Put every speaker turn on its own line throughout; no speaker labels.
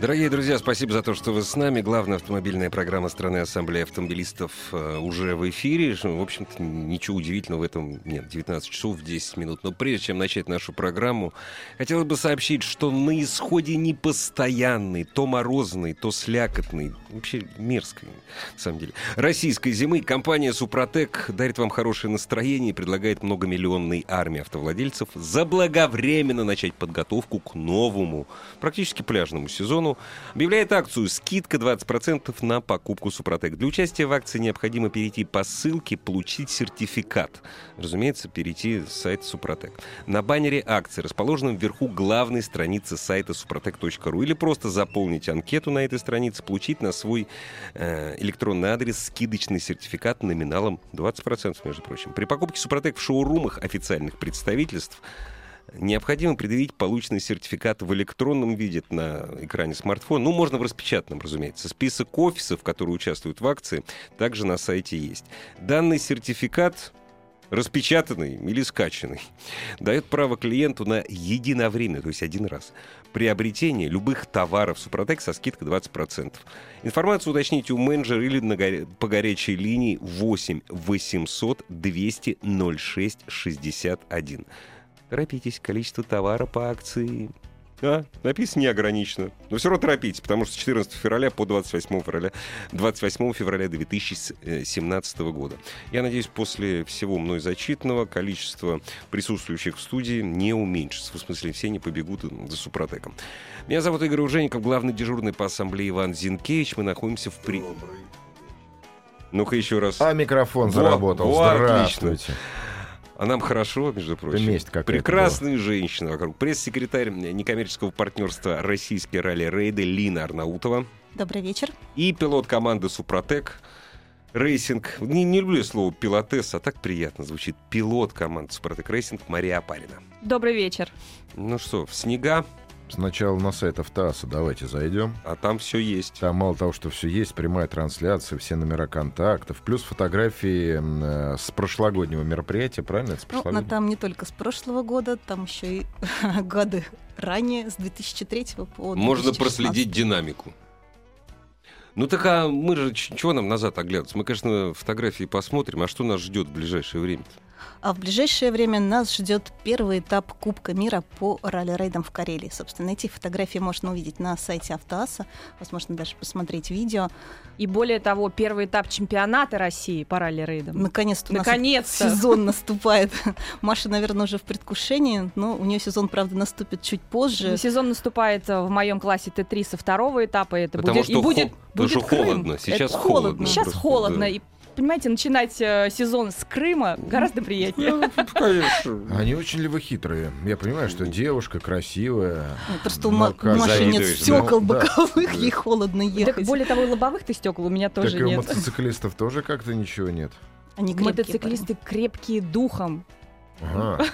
Дорогие друзья, спасибо за то, что вы с нами. Главная автомобильная программа страны Ассамблеи автомобилистов э, уже в эфире. В общем-то, ничего удивительного в этом нет. 19 часов 10 минут. Но прежде чем начать нашу программу, хотелось бы сообщить, что на исходе непостоянный, то морозный, то слякотный, вообще мерзкой, на самом деле, российской зимы компания «Супротек» дарит вам хорошее настроение и предлагает многомиллионной армии автовладельцев заблаговременно начать подготовку к новому, практически пляжному сезону объявляет акцию «Скидка 20% на покупку Супротек». Для участия в акции необходимо перейти по ссылке «Получить сертификат». Разумеется, перейти с сайта Супротек. На баннере акции, расположенном вверху главной страницы сайта супротек.ру, или просто заполнить анкету на этой странице, получить на свой э, электронный адрес скидочный сертификат номиналом 20%, между прочим. При покупке Супротек в шоурумах официальных представительств необходимо предъявить полученный сертификат в электронном виде на экране смартфона. Ну, можно в распечатанном, разумеется. Список офисов, которые участвуют в акции, также на сайте есть. Данный сертификат распечатанный или скачанный, дает право клиенту на единовременное, то есть один раз, приобретение любых товаров Супротек со скидкой 20%. Информацию уточните у менеджера или на горе... по горячей линии 8 800 200 06 61. Торопитесь, количество товара по акции. А, написано неограниченно. Но все равно торопитесь, потому что с 14 февраля по 28 февраля, 28 февраля 2017 э, года. Я надеюсь, после всего мной зачитанного количество присутствующих в студии не уменьшится. В смысле, все не побегут э, за Супротеком. Меня зовут Игорь Ужеников, главный дежурный по ассамблее Иван Зинкевич. Мы находимся в... При... Ну-ка еще раз.
А микрофон
Во,
заработал.
во,
Здравствуйте.
А нам хорошо, между прочим.
месть какая-то
Прекрасные женщины вокруг. Пресс-секретарь некоммерческого партнерства «Российские ралли-рейды» Лина Арнаутова
Добрый вечер.
и пилот команды «Супротек» Рейсинг. Не, не люблю слово пилотес, а так приятно звучит. Пилот команды Супротек Рейсинг Мария Апарина.
Добрый вечер.
Ну что, в снега,
Сначала на сайт Автоаса давайте зайдем.
а там все есть.
Там мало того, что все есть, прямая трансляция, все номера контактов, плюс фотографии м, э, с прошлогоднего мероприятия, правильно? Это с
Ну, на
прошлогоднего?
там не только с прошлого года, там еще и годы ранее, с 2003 по
Можно
2016.
проследить динамику. Ну так а мы же, ч- чего нам назад оглядываться? Мы, конечно, фотографии посмотрим, а что нас ждет в ближайшее время?
А в ближайшее время нас ждет первый этап Кубка мира по ралли-рейдам в Карелии. Собственно, эти фотографии можно увидеть на сайте Автоаса, возможно, даже посмотреть видео.
И более того, первый этап чемпионата России по ралли-рейдам.
Наконец-то у нас
Наконец-то!
сезон наступает. Маша, наверное, уже в предвкушении, но у нее сезон, правда, наступит чуть позже.
Сезон наступает э, в моем классе Т3 со второго этапа. и Это
Потому
будет,
что
и будет,
хо- потому
будет
что
Крым.
холодно. Сейчас
Это
холодно
Сейчас
просто,
холодно.
да.
И, понимаете, начинать э, сезон с Крыма гораздо
Ну,
приятнее.
А не очень ли вы хитрые? Я понимаю, что девушка красивая.
Ну, Просто у
Ну,
Ма-
как
Маши нет
завидуешь, да.
стекол
Ну, да.
боковых, ей холодно
Так,
ехать.
более того, и лобовых-то стекол у меня тоже
так и у
нет.
мотоциклистов тоже как-то ничего нет.
Они крепкие
Мотоциклисты крепкие духом.
Ага.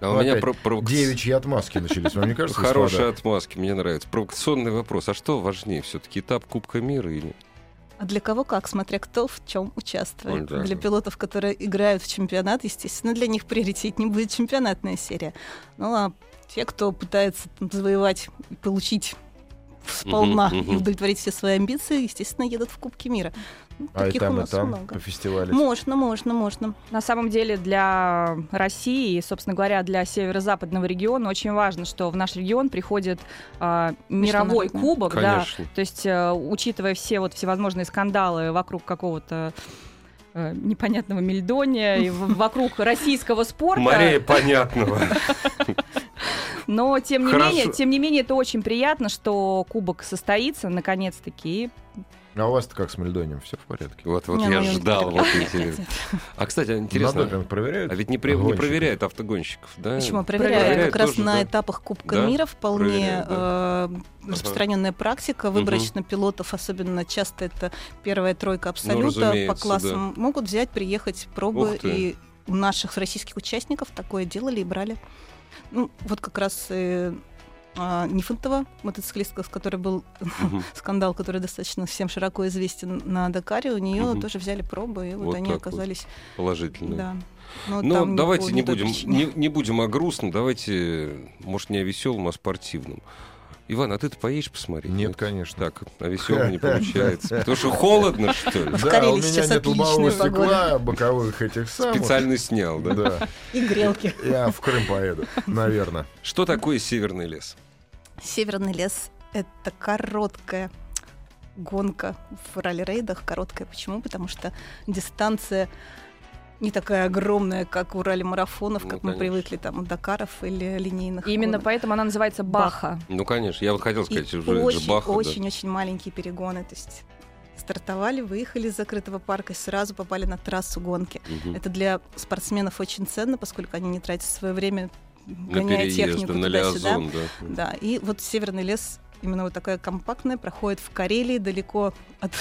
А у
Ну,
меня
опять
про- провокац-
Девичьи отмазки начались, вам не кажется?
Хорошие
господа?
отмазки, мне нравится. Провокационный вопрос. А что важнее все-таки, этап Кубка мира или...
А для кого как, смотря кто в чем участвует.
Ну
Ой, да.
Для пилотов, которые играют в чемпионат, естественно, для них приоритет не будет чемпионатная серия. Ну а те, кто пытается там завоевать и получить сполна
Мгм, мгм.
и удовлетворить все свои амбиции, естественно, едут в Кубки мира. Ну,
А и
таких у
там, и
нас
там
много.
по фестивалю.
Можно, можно, можно.
На самом деле для России и, собственно говоря, для северо-западного региона очень важно, что в наш регион приходит а, мировой
Международный.
кубок, да,
Конечно.
То есть, э, учитывая все вот всевозможные скандалы вокруг какого-то э, непонятного Мельдония и в- вокруг российского спорта,
Мария Понятного.
но тем не
Хорошо.
менее, тем не менее, это очень приятно, что кубок состоится наконец-таки. и
Ну,
А у вас-то как с Мельдонием? Все в порядке?
Вот, вот
Не,
я
ну,
ждал.
это-
Вот, интересно. А, кстати,
На
интересно,
допинг проверяют?
а ведь не, при- не
Гонщики?
проверяют автогонщиков, да?
Почему?
Проверяют.
Проверяю.
Проверяют
как раз
тоже,
на
да?
этапах Кубка
Да,
мира вполне
проверяют,
э, распространенная практика. Выборочно пилотов, особенно часто это первая тройка абсолюта
Ну, разумеется,
по классам, могут взять, приехать, пробы.
Ух ты.
И у наших российских участников такое делали и брали. Ну, вот как раз э, а, Нифонтова, мотоциклистка, с которой был
Мгм.
скандал, который достаточно всем широко известен на Дакаре, у нее
Мгм.
тоже взяли пробы, и вот,
Вот
они
так вот.
оказались...
Положительно.
Да.
Но
там ни
давайте
по-
не
ни той
будем,
причине.
не, не будем о грустном, давайте, может, не о веселом, а о спортивном. Иван, а ты-то поедешь посмотреть?
Нет, конечно.
Так, а веселом не получается. Потому что холодно, что ли?
В
Да, у
Карелии
меня
сейчас
нет
отличная
лобового
погода.
стекла, боковых этих самых.
Специально снял, да?
Да.
И грелки.
Я в Крым поеду, наверное.
Что такое северный лес?
Северный лес — это короткая гонка в ралли-рейдах. Короткая почему? Потому что дистанция не такая огромная, как у ралли-марафонов,
Ну,
как мы
конечно.
привыкли там у Дакаров или линейных.
Именно
гонок.
поэтому она называется Баха.
Ну, конечно, я вот хотел
И
сказать, уже это же
очень,
Баха, да.
очень, очень маленькие перегоны. То есть стартовали, выехали из закрытого парка и сразу попали на трассу гонки.
Мгм.
Это для спортсменов очень ценно, поскольку они не тратят свое время,
На
гоняя
переезд,
технику
на
туда-сюда.
Лиазон, да.
Да, и вот Северный лес именно вот такая компактная, проходит в Карелии, далеко от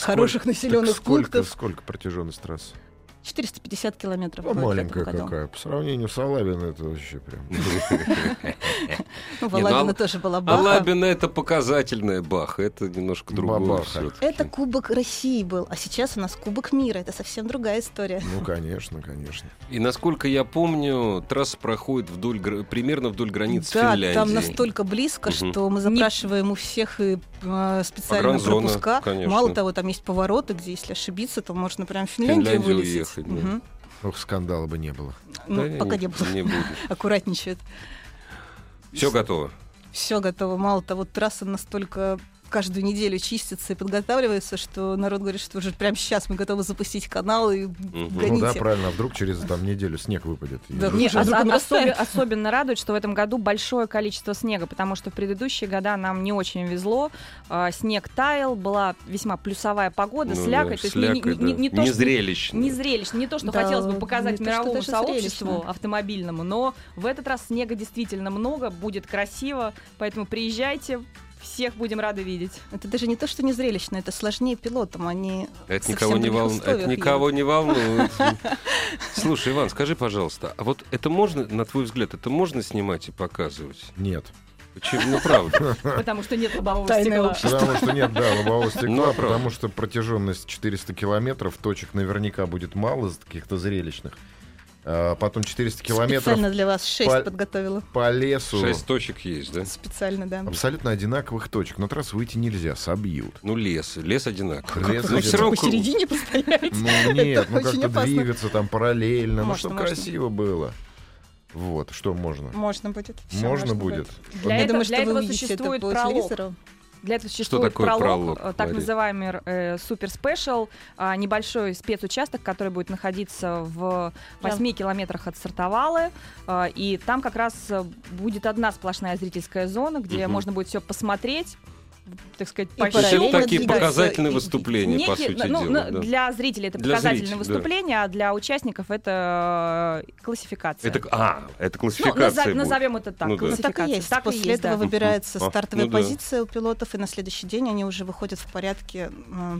хороших населенных
Так сколько,
пунктов.
сколько протяженность трассы?
450 километров.
Ну,
будет в этом
маленькая
году.
какая. По сравнению с Алабиной это вообще прям.
Ну, в
Не, ну,
Алабино
Ал-
тоже была
А
баха.
Лабина это показательная баха, это немножко другое
Бабаха.
всё-таки.
Это Кубок России был, а сейчас у нас Кубок мира. Это совсем другая история.
Ну, конечно, конечно.
И насколько я помню, трасса проходит вдоль, гра- примерно вдоль границ
да,
Финляндии.
там настолько близко,
Мгм.
что мы запрашиваем у всех и, э, специально
Погранзона,
пропуска.
конечно.
Мало того, там есть повороты, где если ошибиться, то можно прям в Финляндию,
Финляндию
вылететь.
уехать, да.
Мгм.
Ох, скандала бы не было.
Ну,
Да,
пока не было.
Не будет.
Аккуратничают.
Все готово.
все готово. Мало того, трасса настолько каждую неделю чистится и подготавливается, что народ говорит, что уже прямо сейчас мы готовы запустить канал и
Ну да,
гоните.
правильно, а вдруг через там неделю снег выпадет. И
Да,
вдруг-
Не,
Слушай, а
ос-
вдруг он
ос-
растает?
особе- особенно радует, что в этом году большое количество снега, потому что в предыдущие года нам не очень везло. А, Снег таял, была весьма плюсовая погода,
Ну да,
слякоть. То есть не- не-
слякоть,
не-
да.
не то, что-
Незрелищно.
Не зрелищно, не то, что
Да,
хотелось бы показать
не то, что
мировому
даже
сообществу
зрелищно.
автомобильному, но в этот раз снега действительно много, будет красиво, поэтому приезжайте, всех будем рады видеть.
Это даже не то, что не зрелищно, это сложнее пилотам. а Они
Это
совсем
никого, не
других
волну...
условиях
это никого не волнует. Слушай, Иван, скажи, пожалуйста, а вот это можно, на твой взгляд, это можно снимать и показывать?
Нет.
Почему? Ну, правда.
Потому что нет лобового
Тайное
стекла.
общество.
Потому что нет, да, лобового
Ну,
стекла,
правда.
потому что протяженность 400 километров, точек наверняка будет мало, из каких-то зрелищных. А потом 400 километров
Специально для вас шесть
по-
подготовила.
по лесу.
Шесть точек есть, да?
Специально, да.
Абсолютно одинаковых точек. На трассу выйти нельзя, собьют.
Ну, лес. Лес одинаковый.
Лес
Ну,
Вы
один.
всё равно круто.
посередине постоянно.
Ну нет, ну
очень
как-то
опасно.
двигаться там параллельно, ну
Можно,
чтобы
можно.
красиво было. Вот, что можно?
Можно будет. Всё
Можно будет.
Для
Я
этого-
думаю, что
для
вы
этого
увидите это
существует
по
пролог.
телевизору.
Для этого существует
такое
пролог,
пролог,
э, так
Мария?
называемый э, супер спешл, а, небольшой спецучасток, который будет находиться в 8 километрах от Сартовалы. а, И там как раз э, будет одна сплошная зрительская зона, где
Мгм.
можно будет все посмотреть, так сказать,
И
То есть
пощупать.
это
Параллельно
такие
двигаться
показательные
и-
выступления, по
Некий-
сути
ну, ну,
дела. да.
Для зрителей это
Для
показательное
зрителей, да.
выступление, а для участников это э, классификация.
Это, а, это
Ну,
классификация
назов-
будет.
назовем это так.
Ну да. Ну,
Ну, так и
классификация.
есть.
Так
После
есть,
этого
да.
выбирается
Мгм. А,
стартовая
ну да.
позиция у пилотов, и на следующий день они уже выходят в порядке э,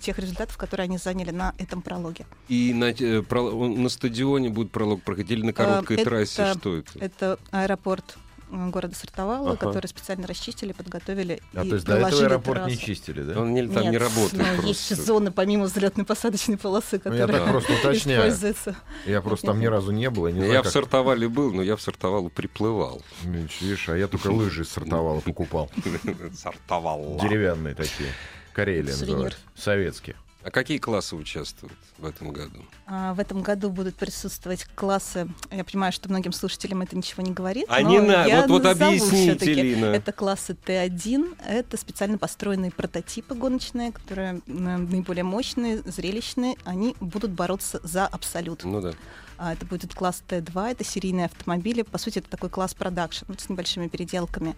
тех результатов, которые они заняли на этом прологе.
И на, те- про- он- на стадионе будет пролог проходить или на короткой
Эм, это-
трассе? Что это?
Это аэропорт э, города Сартовала,
Ага.
который специально расчистили, подготовили
А
и
то есть до этого
проложили
аэропорт не
трассу.
чистили, да?
Он не, там не
Нет,
работает
но
просто.
есть зоны помимо взлетно-посадочной полосы,
Ну, я
которые
так просто уточняю.
используются.
Я просто там ни разу не был, я не
Я
знаю,
в
как...
сортовале был, но я в сортовалу приплывал.
Ну, Видишь, а я только лыжи из сортовала покупал.
Сортовал.
Деревянные такие. Карелия
Сувенир.
называют. Советские.
А какие классы участвуют в этом году?
А, в этом году будут присутствовать классы. Я понимаю, что многим слушателям это ничего не говорит.
А
но
не на-
Ну, я
вот- вот
назову
объясните,
всё-таки.
Лина.
Это классы Т1. Это специально построенные прототипы гоночные, которые м, наиболее мощные, зрелищные. Они будут бороться за абсолют.
Ну да.
А, Это будет класс Т2, это серийные автомобили. По сути, это такой класс продакшн ну, с небольшими переделками.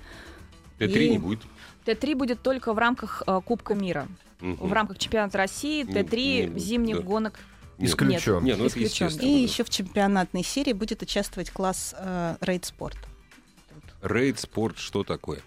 Т3
И-
не будет.
Т3 будет только в рамках э, Кубка мира.
Мгм.
в рамках чемпионата России
Не-
Т3
не-
зимних
да.
гонок.
Нет.
Исключен.
Не, ну это
Исключен.
естественно.
И
да.
еще в чемпионатной серии будет участвовать класс э, Рейд Спорт.
Рейд, спорт, что такое?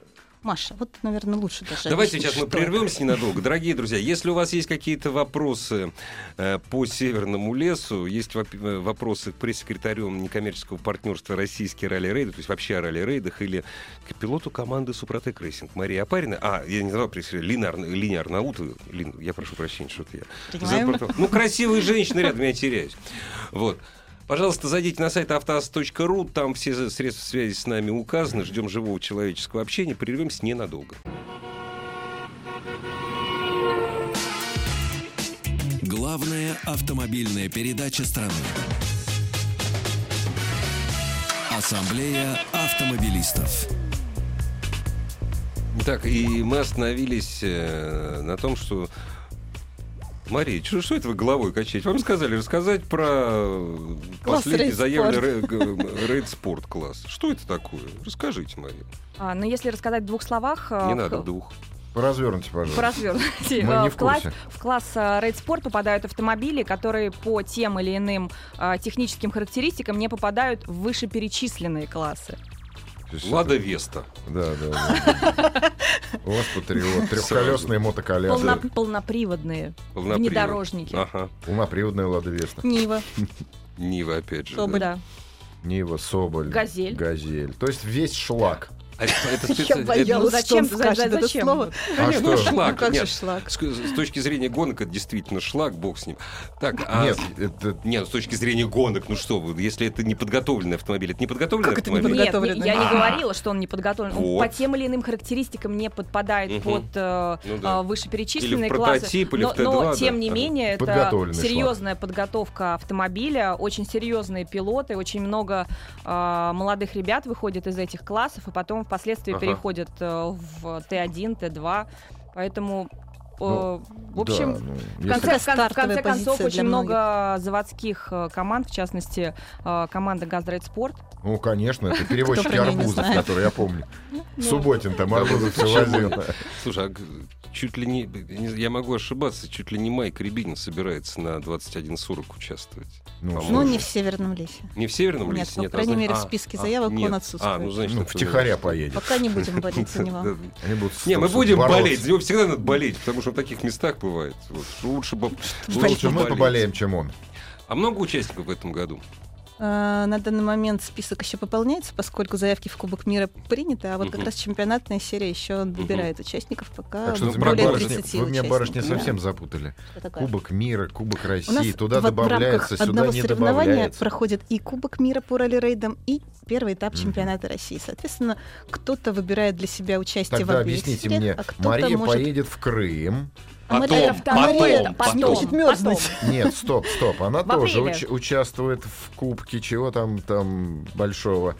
Маша, вот, наверное, лучше даже.
Давайте
объяснить,
сейчас мы
что
прервемся ненадолго. Дорогие друзья, если у вас есть какие-то вопросы э, по Северному лесу, есть воп- э, вопросы к пресс-секретарю некоммерческого партнерства «Российские ралли-рейды», то есть вообще о ралли-рейдах, или к пилоту команды «Супротек Рейсинг» Марии Апарина. А, я не знал, пресс Лина, Арна- Лине Арнаутовой. Лин, я прошу прощения, что-то я...
Принимаем.
запутал. Ну, красивые женщины рядом, я теряюсь. Вот. Пожалуйста, зайдите на сайт автоаз.ру, там все средства связи с нами указаны. Ждем живого человеческого общения. Прервемся ненадолго.
Главная автомобильная передача страны. Ассамблея автомобилистов.
Так, и мы остановились э, на том, что... Мария, что, что это вы головой качаете? Вам сказали рассказать про э,
Класс
последний
рейд-спорт.
заявленный ре- г- рейд-спорт класс. Что это такое? Расскажите, Мария.
А, но если рассказать в двух словах, а,
Не
в-
надо в двух.
Разверните,
по
пожалуйста.
развернутости.
Мы не
А,
в
в класс-
курсе.
В класс рейд-спорт попадают автомобили, которые по тем или иным а, техническим характеристикам не попадают в вышеперечисленные классы.
То есть
Лада
это-
Веста.
Да, да, да. да. У вас патриот. Трехколесные
Полно-
мотоколяски.
Полноприводные,
полнопривод. А.
внедорожники.
Ага.
Полноприводная Лада Веста.
Нива.
Нива, опять же. да. А
Чтобы, да.
Нива, Соболь.
Газель.
Газель. То это весь шлак.
А это- это специ-
Я
это-
боялась,
зачем-
что он скажет
зачем?
это слово.
А
Не, ну,
что?
шлак,
Ну, как же
нет.
шлак?
С с точки зрения гонок это действительно шлак, бог с ним. Так, а
Нет, это...
Нет, с точки зрения гонок, ну что вы, если это неподготовленный автомобиль, это неподготовленный
Как это
автомобиль?
Нет, не-
Подготовленный.
я не
А.
говорила, что он не подготовлен. Он
Вот.
по тем или иным характеристикам не подпадает
Мгм.
под э,
Ну да.
а, вышеперечисленные
Или в
классы.
прототип, или
но,
в Т2,
но,
да.
тем не
Ага.
менее, это
Подготовленный шлак.
серьезная подготовка автомобиля, очень серьезные пилоты, очень много а, молодых ребят выходит из этих классов и потом впоследствии
Ага.
переходят э, в Т1, Т2. Поэтому, э,
Ну,
в общем,
да, ну,
в
если-
Такая
конце, в конце- в конце
стартовая
концов,
позиция
очень
для многих.
много заводских э, команд, в частности, э, команда «Газдрейд Спорт».
Ну, конечно, это перевозчики
про неё не
арбузов,
знает?
которые я помню.
Ну.
Субботин там арбузов все возил. Ну,
Слушай, а г- чуть ли не, не- я могу ошибаться, чуть ли не Майк Рябинин собирается на 21.40 участвовать.
Ну,
Ну,
По-моему.
не в Северном лесе.
Не в Северном
Нет, ну,
лесе?
по
а
крайней
знаешь-
мере, в
а,
списке
а,
заявок
нет.
он
А, ну,
отсутствует.
значит,
ну,
это-
втихаря поедет.
Пока не будем болеть за
Да.
него.
Они будут
Не, мы
с-
будем
бороться.
болеть. За него всегда надо болеть, потому что в таких местах бывает. Вот, что Лучше бы
Лучше мы поболеем, чем он.
А много участников в этом году?
А, На данный момент список еще пополняется, поскольку заявки в Кубок мира приняты, а вот как
Мгм.
раз чемпионатная серия еще добирает участников, пока
Так что
ну,
ты
про
меня,
более
барышни-
30
барышня, вы меня,
участников.
барышня,
Да.
совсем запутали.
Что такое?
Кубок мира, Кубок
У нас
России. Туда
вот в рамках
добавляется, сюда
одного
не
соревнования
добавляется.
проходит и Кубок мира по ралли-рейдам, и первый этап
Мгм.
чемпионата России. Соответственно, кто-то выбирает для себя участие Типа в
Тогда
обеих
объясните
сериях,
мне,
а кто-то
Мария
может...
поедет в Крым.
А Мария-
Потом,
а Мария
потом,
не
потом.
хочет мерзнуть.
Нет, стоп, стоп. Она
В
тоже
апреле.
уч- участвует в Кубке чего там там большого.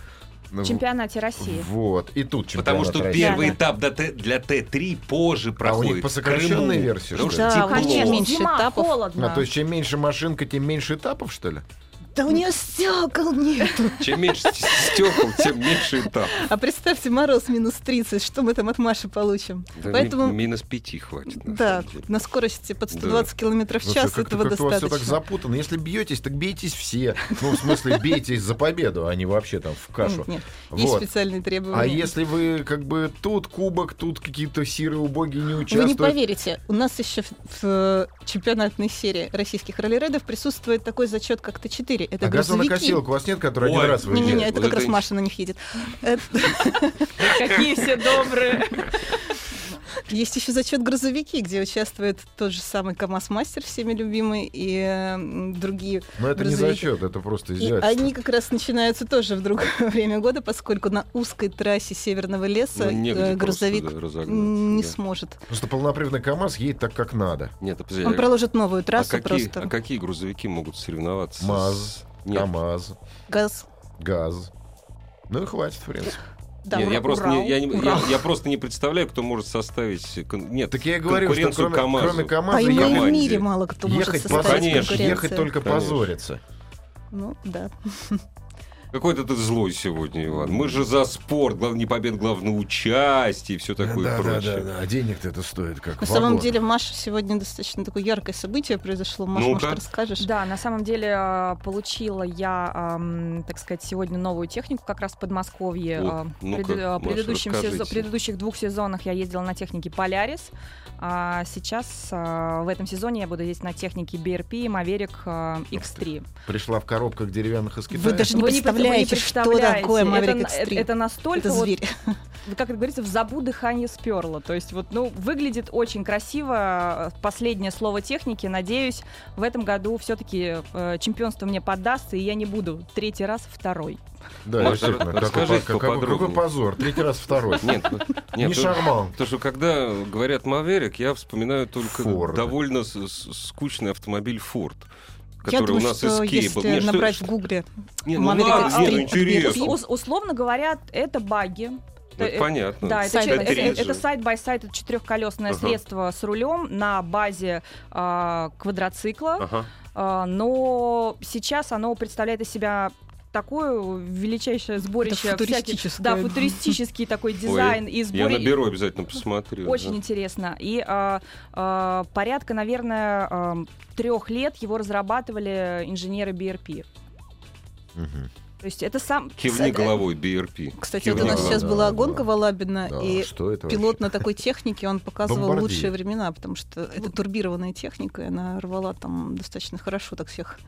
Ну,
в чемпионате России.
Вот. И тут
Потому
чемпионат
что
России. А
первый
Да,
этап до Т- для Т3 позже проходит.
них по
в Крыму.
сокращенной версии,
Потому
что
что
ли? Да,
тепло.
конечно,
Зима,
меньше этапов.
холодно.
А, то есть чем меньше машинка, тем меньше этапов, что ли? Ну,
Да у нее стекол нет.
Чем меньше стекол, тем меньше этап.
А представьте, мороз минус 30, что мы там от Маши получим? Поэтому
Минус пяти хватит. на
Да,
самом деле.
на скорости под
Да.
120 километров в
Вот
час
Ну, всё, как-то-
этого
как-то у вас все
достаточно.
так запутано. Если бьетесь, так бейтесь все. Ну, в смысле, бейтесь за победу, а не вообще там в кашу.
Нет, нет, есть
Вот.
специальные требования.
А если вы как бы тут кубок, тут какие-то сирые убогие не
Вы не
участвуют.
поверите, у нас еще в, в, э, чемпионатной серии российских ралли-рейдов присутствует такой зачет, как Т4. Это
а
грузовики.
газонокосилка у вас нет, который
Ой.
один раз выезжает?
Не-не-не,
Вот
это как
это
раз
ин-
Маша на них едет. Э,
Какие все добрые.
Есть еще зачет грузовики, где участвует тот же самый КамАЗ-мастер, всеми любимый, и э, м, другие
Но это не
грузовики.
зачет, это просто
И
издевательство.
они как раз начинаются тоже в другое время года, поскольку на узкой трассе Северного леса
Ну, негде
э,
просто,
грузовик
да, разогнаться,
м, не
да.
сможет.
Просто полноприводный КАМАЗ едет так, как надо.
Нет, а подожди,
Он
а-
проложит новую
а
трассу
какие,
просто.
а какие грузовики могут соревноваться? с-
МАЗ,
Нет,
КАМАЗ,
Газ.
ГАЗ. Ну и хватит, в принципе.
Да,
я-
ура-
я, просто
Урал,
не, я, не- я-
Урал.
я просто не представляю, кто может составить... кон- Нет,
Так я и говорил, что
конкуренцию
кроме,
КамАЗу.
кроме
А
КАМАЗа
и
ехать-
мы в
ехать,
мире мало кто
ехать
может составить Ну
конечно,
конкуренцию.
ехать только
Конечно.
позориться.
Ну, да.
Какой-то ты злой сегодня, Иван. Мы же за спорт, главное не побед, главное участие и все такое
да, да,
прочее.
да, да. А денег-то это стоит как
На самом
вагон.
деле, Маша, сегодня достаточно такое яркое событие произошло. Маша,
Ну-ка.
может, расскажешь?
Да, на самом деле э, получила я, ам, так сказать, сегодня новую технику как раз в Подмосковье.
О,
Э,
ну-ка,
преду- э,
Маша,
предыдущем сезо-
расскажите.
предыдущих двух сезонах я ездила на технике Полярис, а сейчас э, в этом сезоне я буду ездить на технике BRP Mavic э, X3.
Пришла в коробках деревянных из Китая.
Вы даже не
Вы
представляете,
вы не
что
представляете.
такое
это,
Maverick
на-
X3.
это настолько
Это
вот
зверь.
как это говорится, в забу дыхание сперло. То есть, вот, ну, выглядит очень красиво. э, Последнее слово техники. Надеюсь, в этом году все-таки чемпионство мне поддастся, и я не буду третий раз второй.
Да,
Маша,
действительно. Какой,
расскажите
какой-
поподробнее.
какой позор. Третий раз второй.
Нет, ну,
не
нет, ну,
шарман.
Потому что когда говорят Маверик, я вспоминаю только
Форд.
довольно с- с- скучный автомобиль Форд, который
Я думаю,
у нас
что
из Кей был.
если
Не, что-
набрать
что-
в гугле
не, ну
Maverick
ладно,
X3
не, ну
от
интересно.
BRP.
Ус- условно говоря, это баги.
Ну, это
Э,
понятно.
Да, это,
Side
че-
by
это-
side.
это сайт-бай-сайт, это четырехколесное
Ага.
средство с рулем на базе а, квадроцикла.
Ага.
А, но сейчас оно представляет из себя такое величайшее сборище
Это
всяких-
футуристическое.
да, футуристический такой дизайн и
Я
сборище.
наберу обязательно, посмотрю.
Очень
да.
интересно. И а, а, порядка, наверное, ам, трех лет его разрабатывали инженеры BRP.
Мгм.
То есть это сам...
Кивни
с-
головой, BRP.
Кстати,
Кивни
вот у нас
головой.
сейчас
да,
была
да.
гонка Волабина,
Да,
и
что это
пилот на такой технике, он показывал
Бомбардир.
лучшие времена, потому что это турбированная техника, и она рвала там достаточно хорошо так всех.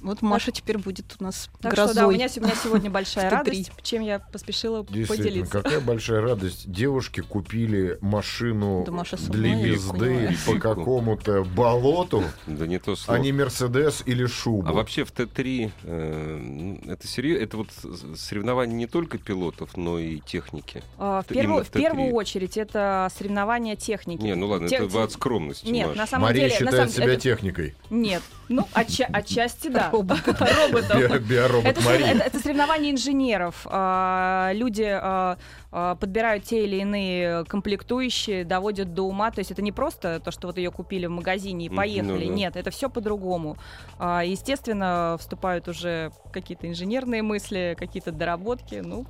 Вот Маша теперь будет у нас
Так
грозой.
что да, у меня, се- у меня сегодня большая
Что
радость, чем я поспешила
вообще? Действительно,
поделиться.
какая большая радость. Девушки купили машину
Да Маша сама,
для
я
езды
поняла.
по какому-то болоту,
Да не то слово.
а не Мерседес или шубу.
А вообще в Т3 э, ну, это серьезно, это вот с- соревнования не только пилотов, но и техники.
А, в,
Именно
первую,
в
в первую
Т3.
очередь это соревнования техники.
Не, ну ладно,
Те-
это вы от скромности,
Нет,
Маш.
на самом
Мария
деле... на
считает
самом-
себя
это-
техникой.
Нет, ну отча- отчасти да.
Робот.
Роботов.
Би- Биоробот
Это, сорев-
Мария.
это- это соревнования инженеров. А, Люди а, а, подбирают те или иные комплектующие, доводят до ума. То есть это не просто то, что вот ее купили в магазине и
Мгм,
поехали.
ну да.
Нет, это все по-другому. А, Естественно, вступают уже какие-то инженерные мысли, какие-то доработки. Ну,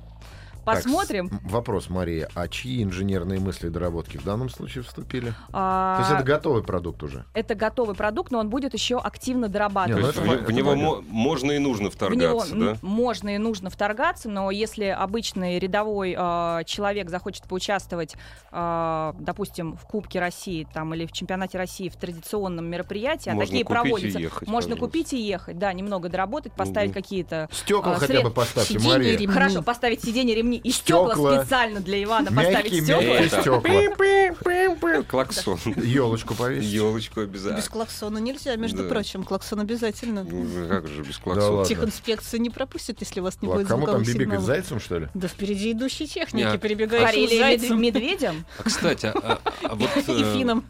Так,
посмотрим.
с- м, вопрос, Мария. А чьи инженерные мысли и доработки в данном случае вступили?
А,
То есть это готовый продукт уже?
это готовый продукт, но он будет еще
То
Не,
активно
ну
дорабатываться.
есть в,
это понятно,
в него
понятно.
мо- можно и нужно
В него,
вторгаться,
м,
да?
можно и нужно вторгаться, но если обычный рядовой э, человек захочет поучаствовать, э, допустим, в Кубке России там, или в чемпионате России в традиционном мероприятии, а
Можно
такие
купить и
проводятся,
ехать,
можно
пожалуйста.
купить и ехать, да, немного доработать, поставить
Мгм.
какие-то...
Стекла
А,
хотя
сред-
бы поставьте,
сиденья
Мария.
ремни.
Хорошо, поставить сиденье, ремни и стекла,
Стекла.
специально для Ивана
Мягкие,
поставить стекла.
мягкие
Это-
стекла.
Клаксон.
Елочку повесить.
Елочку
Без
обязательно.
клаксона нельзя, между
Да.
прочим, клаксон обязательно.
Ну, Как же без
Да
клаксона?
ладно.
Техинспекция не пропустит, если у вас не
Ладно, А
будет
Кому там
звуковых
бибикать
сигналов.
зайцем, что ли?
Да впереди идущие техники,
Не, а-
перебегающие
Карелия
зайцем
медве- медведем?
А, кстати, а- а- а вот
и
э,
финном.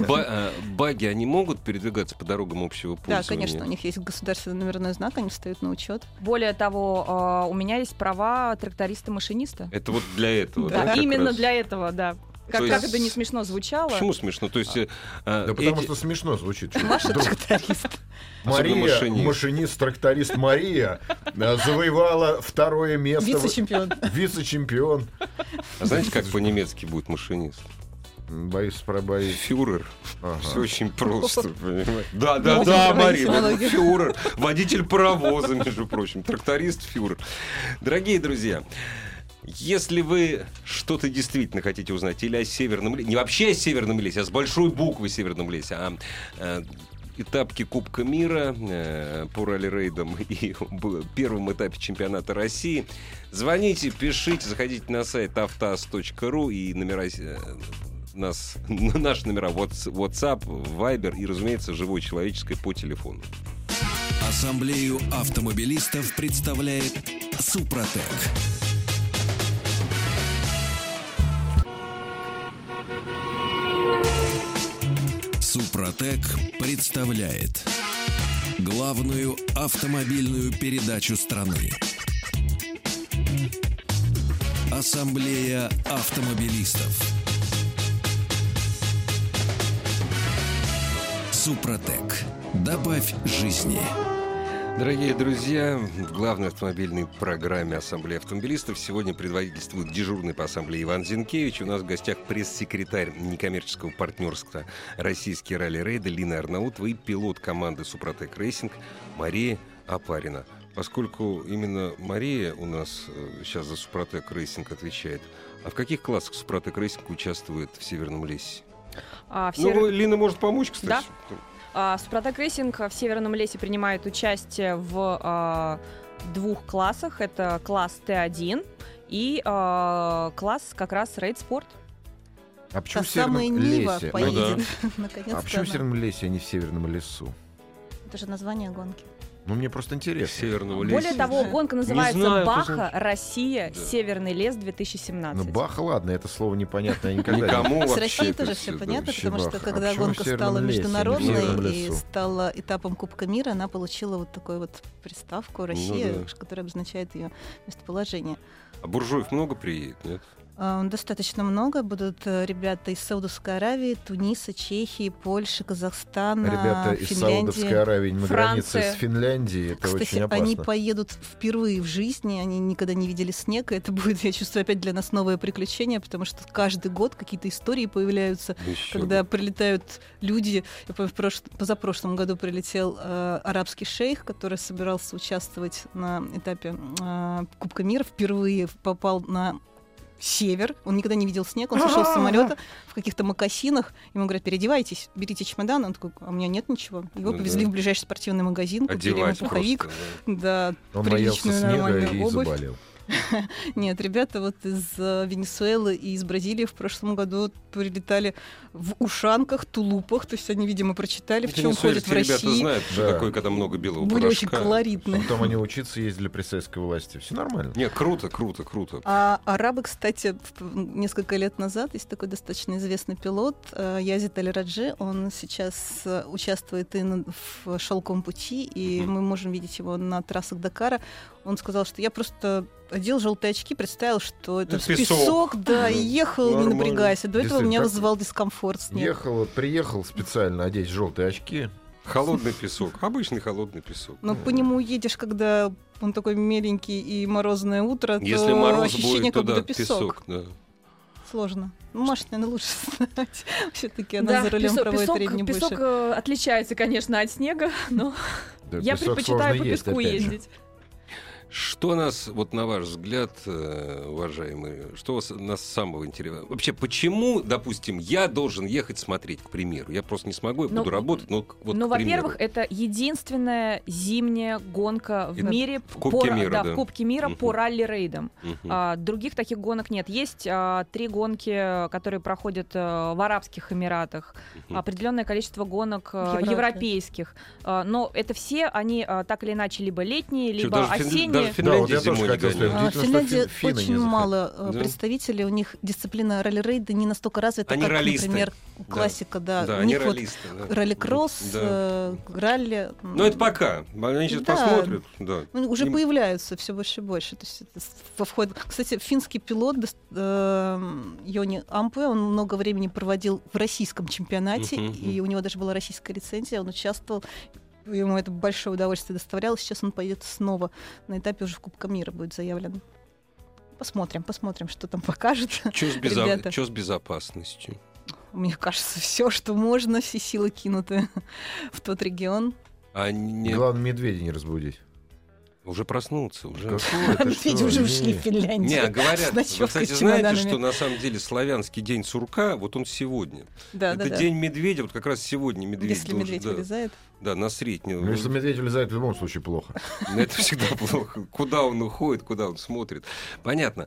ба- э, баги, они могут передвигаться по дорогам общего пользования?
Да, конечно, у них есть государственный номерной знак, они встают на учет.
Более того, э, у меня есть права тракториста-машиниста.
Это вот для этого,
Да.
да? как
Именно
раз?
для этого, да. Как,
То
как
есть-
это не смешно звучало.
Почему смешно? То есть... э, э,
Да потому
эти-
что смешно звучит. чё.
Маша
Вдруг
тракторист.
Особенно
Мария,
машинист.
машинист, тракторист Мария э, завоевала второе место. в-
Вице-чемпион.
Вице-чемпион.
А знаете, как по-немецки будет машинист?
М, Боюсь, пробоюсь.
Фюрер.
Ага.
Все очень просто, понимаете? Да, да,
Ну,
да,
очень
Марина,
профессионалы.
фюрер, водитель паровоза, между прочим, тракторист фюрер. Дорогие друзья, если вы что-то действительно хотите узнать или о Северном лесе, не вообще о Северном лесе, а с большой буквы Северном лесе, а э, этапке Кубка мира э, по ралли-рейдам и б- первом этапе чемпионата России, звоните, пишите, заходите на сайт автоаз.ру и номера э, нас, наши номера Whats- WhatsApp, Viber и, разумеется, живое человеческое по телефону.
Ассамблею автомобилистов представляет Супротек. Супротек представляет главную автомобильную передачу страны. Ассамблея автомобилистов. Супротек. Добавь жизни.
Дорогие друзья, в главной автомобильной программе Ассамблеи автомобилистов сегодня предводительствует дежурный по ассамблее Иван Зинкевич. У нас в гостях пресс-секретарь некоммерческого партнерства «Российские ралли-рейды» Лина Арнаутова и пилот команды «Супротек Рейсинг» Мария Апарина. Поскольку именно Мария у нас э, сейчас за «Супротек Рейсинг» отвечает, а в каких классах «Супротек Рейсинг» участвует в Северном лесе?
А, в
Ну,
Север-
Лина может помочь, кстати.
а, Супротек Рейсинг в Северном лесе принимает участие в а, двух классах. Это класс Т1 и а, класс как раз Рейд Спорт.
А
Та
почему в
самая
Северном
Нива
лесе? Ну да.
поедет. Наконец-то
А почему в
она.
Северном лесе, а не в Северном лесу?
Это же название гонки.
Ну, мне просто интересно.
Северного леса.
Более того, гонка называется
знаю,
Баха,
послушай.
Россия,
Да.
Северный лес 2017.
Ну, бах, ладно, это слово непонятное я никогда не-
Никому
С
вообще
Россией
это
тоже
всё,
все
да.
понятно,
вообще
потому что
бах. А
когда
почему в
гонка
Северном
стала
лесе, не в Северном
международной и
лесу?
стала этапом Кубка мира, она получила вот такую вот приставку «Россия»,
Ну
да.
которая обозначает ее местоположение.
А буржуев много приедет, нет?
Э, Достаточно много будут э, ребята из Саудовской Аравии, Туниса, Чехии, Польши, Казахстана,
Ребята из Саудовской
Финляндии.
Аравии на границе
Франция.
с Финляндией. Это
Кстати,
очень опасно.
они поедут впервые в жизни, они никогда не видели снег, и это будет, я чувствую, опять для нас новое приключение, потому что каждый год какие-то истории появляются
Ещё
когда
бы.
прилетают люди. Я помню, в прош- позапрошлом году прилетел э, арабский шейх, который собирался участвовать на этапе э, Кубка мира. Впервые в- попал на север. Он никогда не видел снег. Он сошел с самолета в каких-то мокасинах. Ему говорят, переодевайтесь, берите чемодан. Он такой, а у меня нет ничего. Его
Ну
повезли
да.
в ближайший спортивный магазин, купили ему
Одевать
пуховик.
просто, да.
Да,
Он
приличную
боялся снега
нормальную
и
обувь.
заболел.
Нет, ребята вот из э, Венесуэлы и из Бразилии в прошлом году прилетали в ушанках, тулупах, то есть они, видимо, прочитали, в чем ходят в
Венесуэльские Ну, Ребята
России.
знают, что
Да.
такое, когда много белого
Были очень
порошка.
колоритные.
А Потом они учиться ездили при советской власти. Все нормально.
Нет, круто, круто, круто.
А арабы, кстати, в- несколько лет назад есть такой достаточно известный пилот э, Язид Аль-Раджи. Он сейчас э, участвует и на- в «Шелковом пути», и
Мгм.
мы можем видеть его на трассах Дакара. Он сказал, что я просто одел желтые очки, представил, что это
Это
песок,
песок.
да, и
Ну,
ехал,
нормально.
не напрягаясь. И До этого
Действительно,
меня
так.
вызывал дискомфорт снег.
Ехал, вот приехал специально одеть желтые очки.
Холодный песок, обычный холодный песок.
Но по нему едешь, когда он такой меленький и морозное утро,
Если
то
мороз
ощущение,
будет, то
как
да,
будто песок.
песок. да.
Сложно. Ну, Маша, наверное, лучше знать. Все-таки она за рулем
песок,
проводит
песок-
времени
песок,
больше.
э, отличается, конечно, от снега, но
Да,
я
песок
предпочитаю по
сложно есть,
песку
опять же.
ездить.
Что нас, вот на ваш взгляд, э, уважаемые, что вас- нас самого интересного? Вообще, почему, допустим, я должен ехать смотреть, к примеру? Я просто не смогу, я
Ну,
буду работать, но к- вот,
ну,
к примеру.
во-первых, это единственная зимняя гонка в
И-
мире
Кубке
ра-
мира,
да,
да.
в Кубке мира по
Мгм.
ралли-рейдам.
Мгм.
А, других таких гонок нет. Есть а, три гонки, которые проходят э, в Арабских Эмиратах,
Мгм.
определенное количество гонок э,
Европе.
европейских. А, но это все, они а, так или иначе либо летние,
Чё,
либо
даже в Фин- даже
осенние.
в Финляндии
Да, вот я тоже
зимой не
хотел
гоняют.
сказать,
А, В
Удивительно, что
Финляндии
фин- финны не
очень
захотели.
мало э,
Да.
представителей, у них дисциплина ралли-рейда не настолько развита,
Они
как,
раллисты.
например, классика, да.
Да,
у
они
них вот
ролисты. да.
ралли-кросс,
Да.
э, ралли. м,
Ну, это пока. Они сейчас
Да.
посмотрят. Да.
Ну, Уже
Им-
появляются все больше и больше. То есть это с- во вход... Кстати, финский пилот дос- эм, Йони Ампе, он много времени проводил в российском чемпионате,
Мгм,
и у него даже была российская лицензия, он участвовал, ему это большое удовольствие доставляло. Сейчас он поедет снова на этапе уже в Кубка мира будет заявлен. Посмотрим, посмотрим, что там покажет.
Что с, безо-
Ребята.
чё с безопасностью?
Мне кажется, все, что можно, все силы кинуты в тот регион.
А не-
Главное, медведя не разбудить.
уже проснуться, уже.
Какое это что?
Медведи уже ушли в
Не.
Не, а
Финляндию.
говорят,
С
вы,
ночевкой,
кстати,
с
знаете,
чемоданами.
что на самом деле славянский день сурка, вот он сегодня.
Да,
это
да, да.
день медведя, вот как раз сегодня медведь
Если
должен,
медведь
да,
вылезает.
да, на среднюю.
Ну, если медведь влезает, в любом случае плохо.
Ну, Это всегда плохо. Куда он уходит, куда он смотрит. Понятно.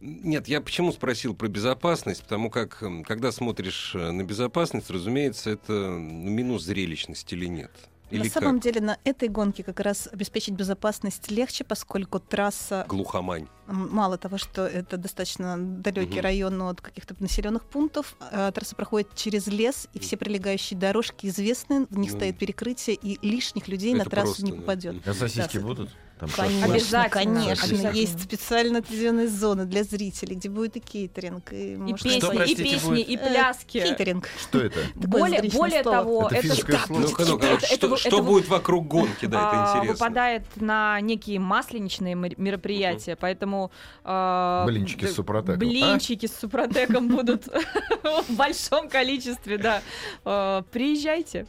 Нет, я почему спросил про безопасность? Потому как, м, когда смотришь э, на безопасность, разумеется, это ну, минус зрелищность или нет. Или
на самом деле на этой гонке как раз обеспечить безопасность легче, поскольку трасса
как? Глухомань.
м, мало того, что это достаточно далекий
Мгм.
район от каких-то населенных пунктов, а трасса проходит через лес, и все прилегающие дорожки известны, в них
Ну.
стоит перекрытие, и лишних людей на
Это
трассу
просто,
не
да.
попадет.
А сосиски
Да, с-
будут? Там
Конечно,
шашлык.
Обязательно,
конечно.
обязательно.
Есть специализированные зоны для зрителей, где будет и кейтеринг, и,
И
можно-
песни, и
простите,
песни,
будет?
и пляски.
Кейтеринг.
Что это?
Такое
Более,
зрелищное
более
слово.
того,
Это
это,
финское
ж-
слово?
Ну-ка, ну-ка,
Ну, это-
Ну, а что,
это-
что
это-
будет вокруг гонки, да,
а,
это интересно.
выпадает на некие масленичные мер- мероприятия, поэтому... а,
Блинчики с
д-
супротеком. А?
Блинчики с супротеком будут в большом количестве, да. А, Приезжайте.